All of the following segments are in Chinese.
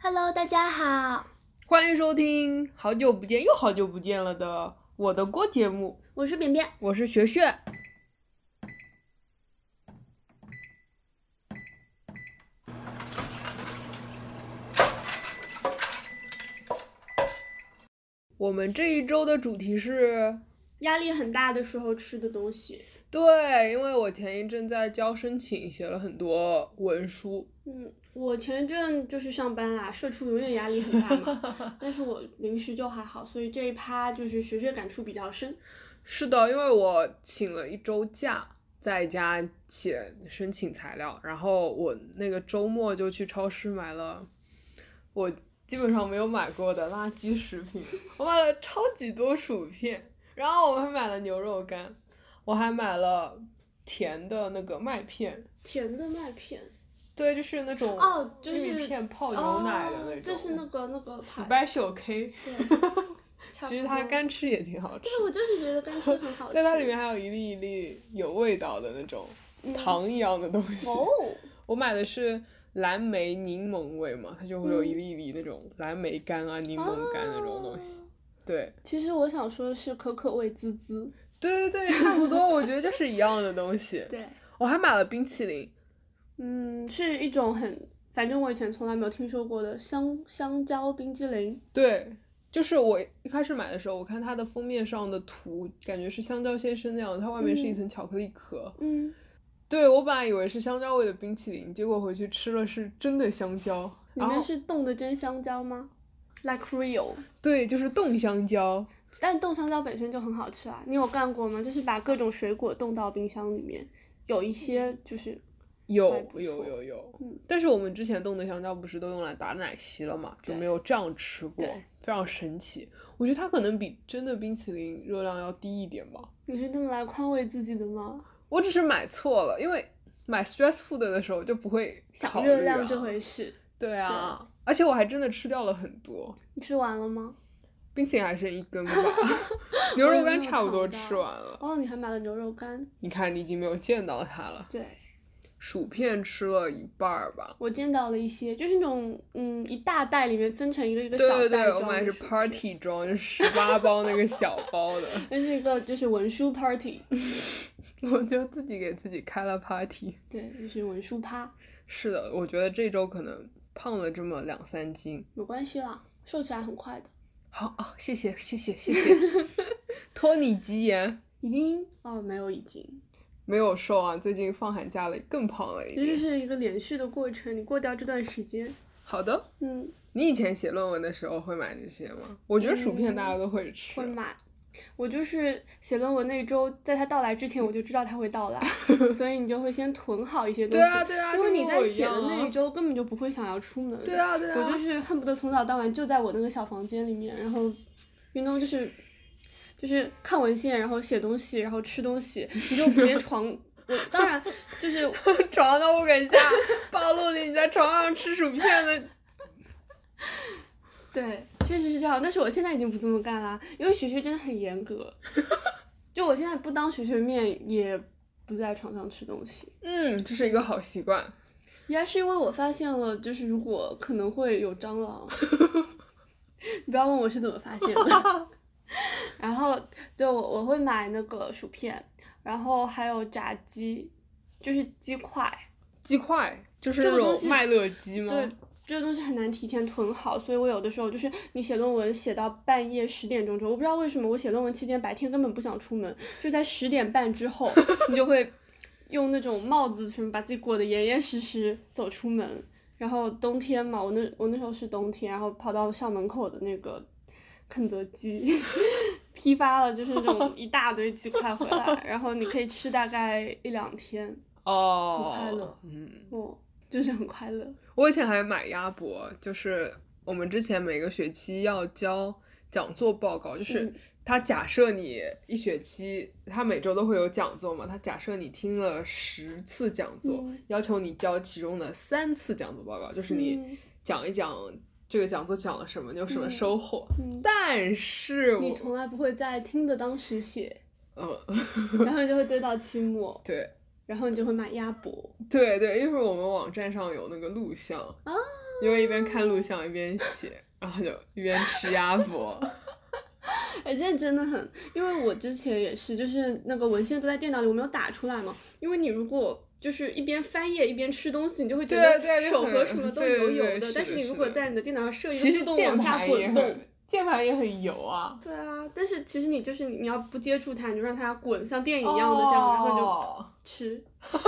Hello，大家好，欢迎收听好久不见又好久不见了的我的锅节目，我是扁扁。我是学学。我们这一周的主题是，压力很大的时候吃的东西，对，因为我前一阵在交申请，写了很多文书，嗯，我前一阵就是上班啦，社畜永远压力很大嘛， 但是我临时就还好，所以这一趴就是学学感触比较深。是的，因为我请了一周假，在家写申请材料，然后我那个周末就去超市买了我基本上没有买过的垃圾食品，我买了超级多薯片，然后我还买了牛肉干，我还买了甜的那个麦片，甜的麦片，对，就是那种哦就是玉米片泡牛奶的那种，就是那个那个牌， special K， 对，差不其实多它，干吃也挺好吃，对我就是觉得干吃很好吃， 在它里面还有一粒一粒有味道的那种。嗯糖一样的东西。哦，我买的是蓝莓柠檬味嘛，它就会有嗯一粒一粒那种蓝莓干啊、柠檬干那种东西。啊。对，其实我想说的是可可味滋滋，对对对，差不多，我觉得就是一样的东 西。对，我还买了冰淇淋，嗯，是一种很，反正我以前从来没有听说过的香香蕉冰激凌。对。就是我一开始买的时候，我看它的封面上的图，感觉是香蕉先生那样，它外面是一嗯层巧克力壳。嗯，对我本来以为是香蕉味的冰淇淋，结果回去吃了是真的香蕉，里然后面是冻的真香蕉吗？Like real，对，就是冻香蕉。但冻香蕉本身就很好吃啊。你有干过吗？就是把各种水果冻到冰箱里面，有一些嗯就是还有不有错有有，嗯但是我们之前冻的香蕉不是都用来打奶昔了嘛，就对没有这样吃过对，非常神奇。我觉得它可能比真的冰淇淋热量要低一点吧。你是这么来宽慰自己的吗？我只是买错了，因为买 stress food 的时候就不会想考虑热量啊这回事，对啊，而且我还真的吃掉了很多，你吃完了吗？冰淇淋还剩一 根吧，牛我也肉没干有差不尝多到吃完了。哦，你还买了牛肉干。你看，你已经没有见到它了。对，薯片吃了一半儿吧，我见到了一些，就是那种嗯一大袋里面分成一个一个对小对袋对，我装买的的是薯片 party 装，就是十八包那个小包 的。那是一个就是文书 party，我就自己给自己开了 party。对，就是文书趴，是的，我觉得这周可能胖了这么两三斤。没关系啦，瘦起来很快的，好啊，谢谢谢谢谢 谢，托你吉言。已经哦没有已经，没有瘦啊，最近放寒假了，更胖了一其实点。是一个连续的过程，你过掉这段时间，好的，嗯，你以前写论文的时候会买这些吗？我觉得薯嗯片大家都会吃。会买。我就是写论文那周，在它到来之前，我就知道它会到 来，所以你就会先囤好一些东对西。啊对啊，因为就你跟在我一写的样那一啊。周根本就不会想要出门。对啊对啊，我就是恨不得从早到晚就在我那个小房间里面，然后运动就是就是看文献，然后写东西，然后吃东西，你就别床。 我当然就是床上都不敢下，暴露了你在床上吃薯片的。对，确实是这样，但是我现在已经不这么干啦，因为学学真的很严 格，就我现在不当学学面，也不在床上吃东西。嗯，这是一个好习惯。也是因为我发现了，就是如果可能会有蟑螂，你不要问我是怎么发现的。然后就我我会买那个薯片，然后还有炸鸡，就是鸡块。鸡块，就是这那个东种西麦乐鸡吗？对，这个东西很难提前囤好，所以我有的时候就是你写论文写到半夜十点钟之后，我不知道为什么我写论文期间白天根本不想出门，就在十点半之后，你就会用那种帽子什么把自己裹得严严实实走出门。然后冬天嘛，我那我那时候是冬天，然后跑到校门口的那个肯德基批发了，就是那种一大堆鸡块回来，然后你可以吃大概一两天，哦，很快乐嗯，哦，就是很快乐。我以前还买鸭脖，就是我们之前每个学期要交讲座报告，就是嗯他假设你一学期，他每周都会有讲座嘛，他假设你听了十次讲座，嗯要求你交其中的三次讲座报告，就是嗯你讲一讲这个讲座讲了什么，你有什么嗯收获。嗯但是 你我，从来不会在听的当时写，呃，然后你就会堆到期末，对，然后你就会买鸭脖。哦对对，因为我们网站上有那个录像，因为一边看录像一边写，然后就一边吃鸭脖。哦哎，这真的很，因为我之前也是，就是那个文献都在电脑里，我没有打出来嘛。因为你如果就是一边翻页一边吃东西，你就会觉对对得就手很和什么都对油对油对是但是的你是如果的在你的电脑上设一其个实自动往键下盘也滚动很，，键盘也很油啊，对啊，但是其实你就是你要不接触它，你就让它滚，像电影一样的这样，然后你就哦吃。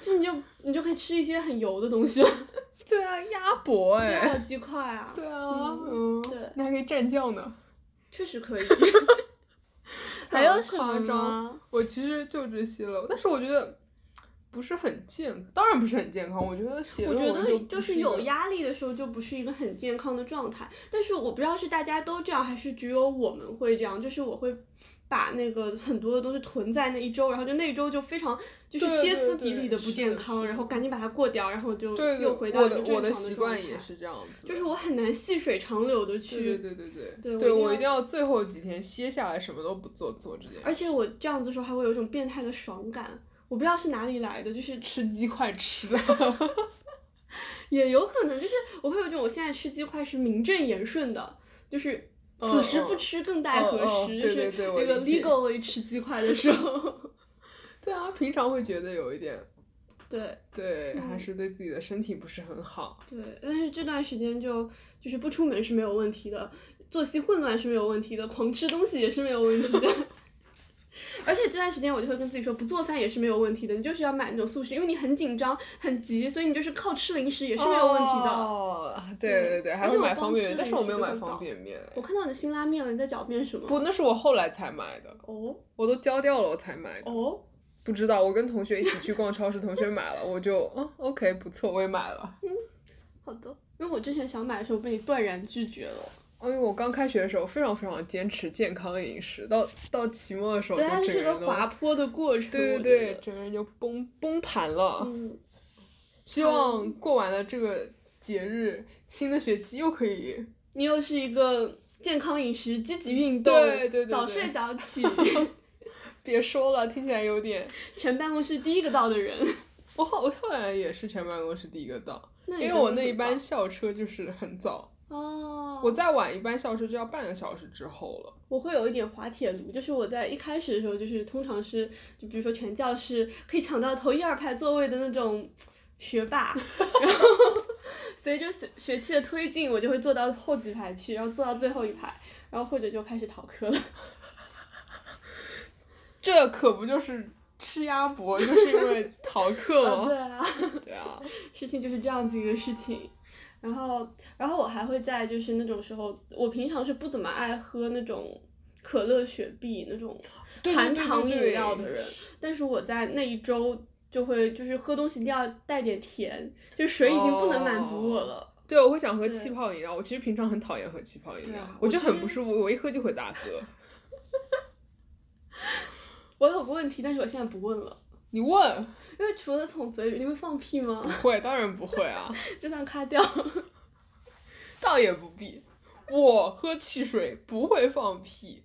就你就你就可以吃一些很油的东西了，对啊，鸭脖对哎、啊，鸡块啊，对啊，嗯嗯，对那还可以蘸酱呢。确实可 以。还还有有什什么么吗吗？我其实就这些了，但是我觉得不是很健康，当然不是很健康。我觉得写我论觉文得就不就是一有个，压力的时候，就不是一个很健康的状态。但是我不知道是大家都这样，还是只有我们会这样。就是我会把那个很多的东西囤在那一周，然后就那一周就非常就是对歇对斯对底里的不是健的是康，然后的赶紧把它过掉，然后就对对，又回到我一个的正常我的的习状惯也态是这样子的，就是我很难细水长流的去对对对对对，对对我我一定要一定要最后几天歇下来，什么都不做，做这件事，而且我这样子的时候还会有一种变态的爽感，我不知道是哪里来的，就是吃鸡快吃了，也有可能就是我会有一种我现在吃鸡块是名正言顺的，就是嗯此时嗯不吃更待嗯何嗯时，对就对是对我那个理解 legally 吃鸡块的时候， 对啊，平常会觉得有一点，对对，还嗯是对自己的身体不是很好。对，但是这段时间就就是不出门是没有问题的，作息混乱是没有问题的，狂吃东西也是没有问题的。 而且这段时间我就会跟自己说，不做饭也是没有问题的，你就是要买那种速食，因为你很紧张、很急，所以你就是靠吃零食也是没有问题的。哦，对对对对，还而会且我买光方便吃面，了但一是我时没有就买能方饱便面。我看到你的新拉面了，你在狡辩什么？不，那是我后来才买的，哦我都交掉了我才买的。哦，不知道，我跟同学一起去逛超市，同学买了，我就嗯，OK，不错，我也买了。好的，因为我之前想买的时候被你断然拒绝了。因为我刚开学的时候非常非常坚持健康饮食，到到期末的时候，对，它就整是个个人都滑坡的过程。对我对觉对得，整个人就崩崩盘了。嗯，希望过完了这个节日，新的学期又可以你又是一个健康饮食、积极运动、对对对对早睡早 起，别说了，听起来有点。全办公室第一个到的人。我后我后来也是全办公室第一个到，那因你为真的我那一很棒班校车就是很早，哦，我再晚一班校车就要半个小时之后了。我会有一点滑铁卢，就是我在一开始的时候，就是通常是就比如说全教室可以抢到头一二排座位的那种学霸，然后随着学学期的推进，我就会坐到后几排去，然后坐到最后一排，然后或者就开始逃课了。这可不就是吃鸭脖，就是因 为逃课对吗？啊，对啊，事情就是这样子一个事情。然后，然后我还会在就是那种时候，我平常是不怎么爱喝那种可乐、雪碧那种对含对对糖对饮对料的人，但是我在那一周就会就是喝东西一定要带点甜，就水已经不能满足我了。对，我会想喝对气泡饮料。我其实平常很讨厌喝气泡饮对料，啊我我就其很实不舒服，我一喝就会 打嗝。我有个问题，但是我现在不问了，你问因为除了从嘴里，你会放屁吗 不？会，当然不会啊，就算咔掉。倒也不必。我喝汽水不会放屁。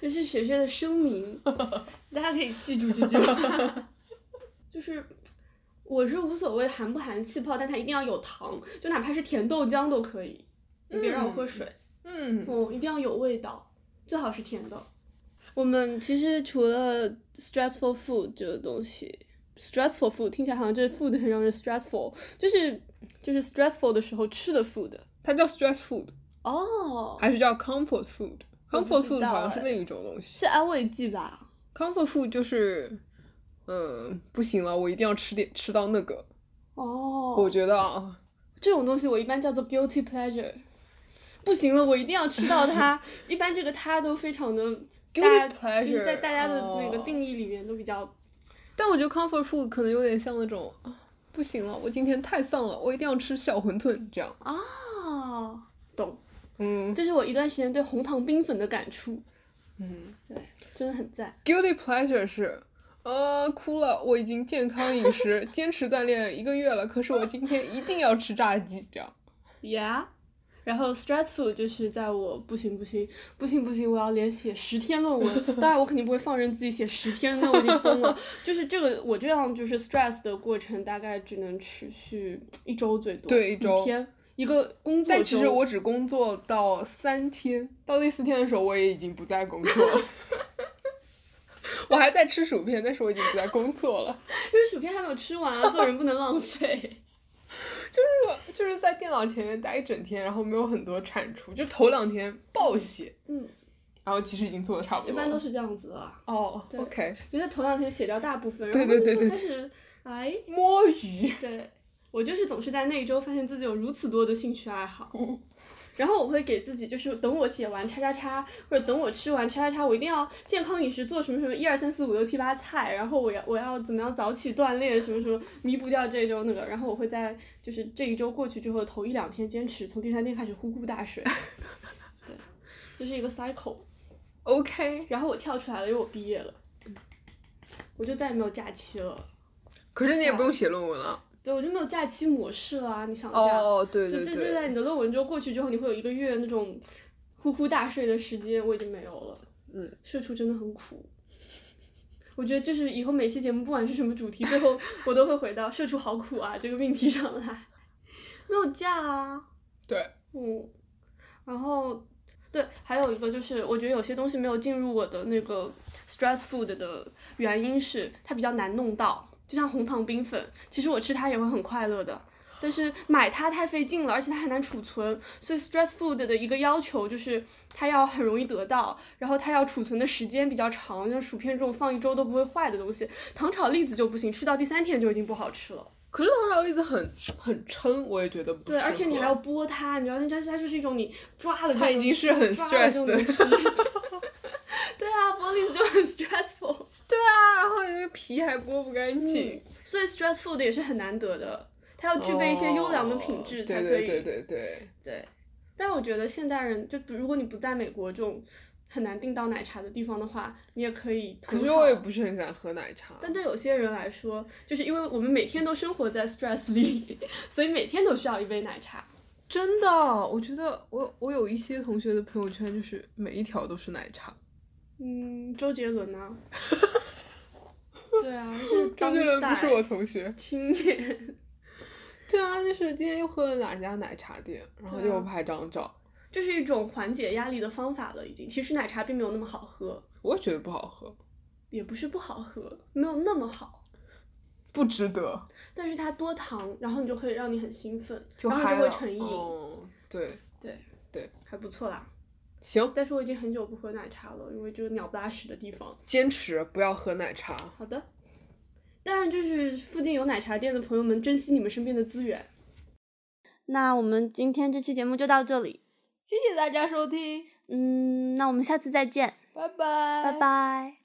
这是雪雪的声 明，大家可以记住这句话。 就是我是无所谓含不含气泡，但它一定要有糖，就哪怕是甜豆浆都可以。你别让我喝水，嗯，嗯，一定要有味道，最好是甜的。我们其实除了 stressful food 这个东西，stressful food 听起来好像这 food 很让人 stressful，就是就是 stressful 的时候吃的 food。它叫 stress food，哦，还是叫 comfort food。我不 comfort 知 food 道好像是哎另一种东西。是安慰剂吧？ comfort food 就是，嗯，不行了，我一定要吃点吃到那个。哦，我觉得啊，这种东西我一般叫做 guilty pleasure。不行了，我一定要吃到它。一般这个它都非常的 Guilty 大家就是在 pleasure，大家的那个哦定义里面都比较。但我觉得 comfort food 可能有点像那种，啊不行了，我今天太丧了，我一定要吃小馄饨这样。哦，懂。嗯这是我一段时间啊对红糖冰粉的感触，嗯真的很赞。 ，guilty pleasure 是。呃，哭了！我已经健康饮食，坚持锻炼一个月了，可是我今天一定要吃炸鸡，这样。 Yeah，然后 stressful 就是在我不行不行不行不行，我要连写十天论文。当然，我肯定不会放任自己写十天，那我已经疯了。 就是这个，我这样就是 stress 的过程，大概只能持续一周最多，对一周五天一个工作周。但其实我只工作到三天，到第四天的时候，我也已经不在工作了。 我还在吃薯片，但是我已经不在工作了。 因为薯片还没有吃完啊，做人不能浪费。呃就是就是在电脑前面待一整天，然后没有很多产出，就头两天暴写， 嗯，然后其实已经做的差不一多了。般都是这样子啊，哦对，OK，因为头两天写掉大部分，然对后对对对就开始哎，摸鱼。对我就是总是在那一周发现自己有如此多的兴趣爱好， 然后我会给自己就是等我写完叉叉叉，或者等我吃完叉叉叉，我一定要健康饮食，做什么什么一二三四五六七八菜，然后我要我要怎么样早起锻炼什么什么，弥补掉这一周那个，然后我会在就是这一周过去之后头一两天坚持，从第三天开始呼呼大睡， 对，这、是一个 cycle。 OK，然后我跳出来了，因为我毕业了，我就再也没有假期了，可是你也不用写论文了。对我就没有假期模式了啊！你啊想这样。哦，对就对这这对，在你的论文周过去之后，你会有一个月那种呼呼大睡的时间，我已经没有了。嗯，社畜真的很苦。我觉得就是以后每期节目不管是什么主题，最后我都会回到“社畜好苦啊”这个命题上来，没有假啊。对，嗯，然后对，还有一个就是，我觉得有些东西没有进入我的那个 stress food 的原因是它比较难弄到，就像红糖冰粉，其实我吃它也会很快乐的。但是买它太费劲了，而且它很难储存，所以 stress food 的一个要求就是它要很容易得到，然后它要储存的时间比较长，像薯片这种放一周都不会坏的东西，糖炒栗子就不行，吃到第三天就已经不好吃了。可是糖炒栗子很很撑，我也觉得不对，而适且你合还 要剥它，你知道，那它它就是一种你抓了就它已能经吃是很抓了 stress 就的能吃对啊，剥栗子就很 stressful， 啊，然后那个皮还剥不干净，所以 stressful 的也是很难得的，它嗯要具备一些优良的品质哦才可以。对对对对对，对但我觉得现代人，就比如果你不在美国这种很难订到奶茶的地方的话，你也可以可囤好。是我也不是很想喝奶茶。但对有些人来说，就是因为我们每天都生活在 stress 里， 所以每天都需要一杯奶茶。真的，我觉得我我有一些同学的朋友圈就是每一条都是奶 茶，嗯，周杰伦啊，对啊，是 周当杰伦代不是我同学。青年， 对啊，就是今天又喝了哪家奶茶店，然后对啊又拍张照，就是一种缓解压力的方法了。已经，其实奶茶并没有那么好喝，我也觉得不好喝，也不是不好喝，没有那么好，不值得，但是它多糖，然后你就可以让你很兴奋，就然后嗨就会了。成瘾，嗯，对，还不错啦。行，但是我已经很久不喝奶茶了，因为这个鸟不拉屎的地方。坚持不要喝奶茶。好的，当然就是附近有奶茶店的朋友们，珍惜你们身边的资源。那我们今天这期节目就到这里，谢谢大家收听，嗯，那我们下次再见，拜拜拜。拜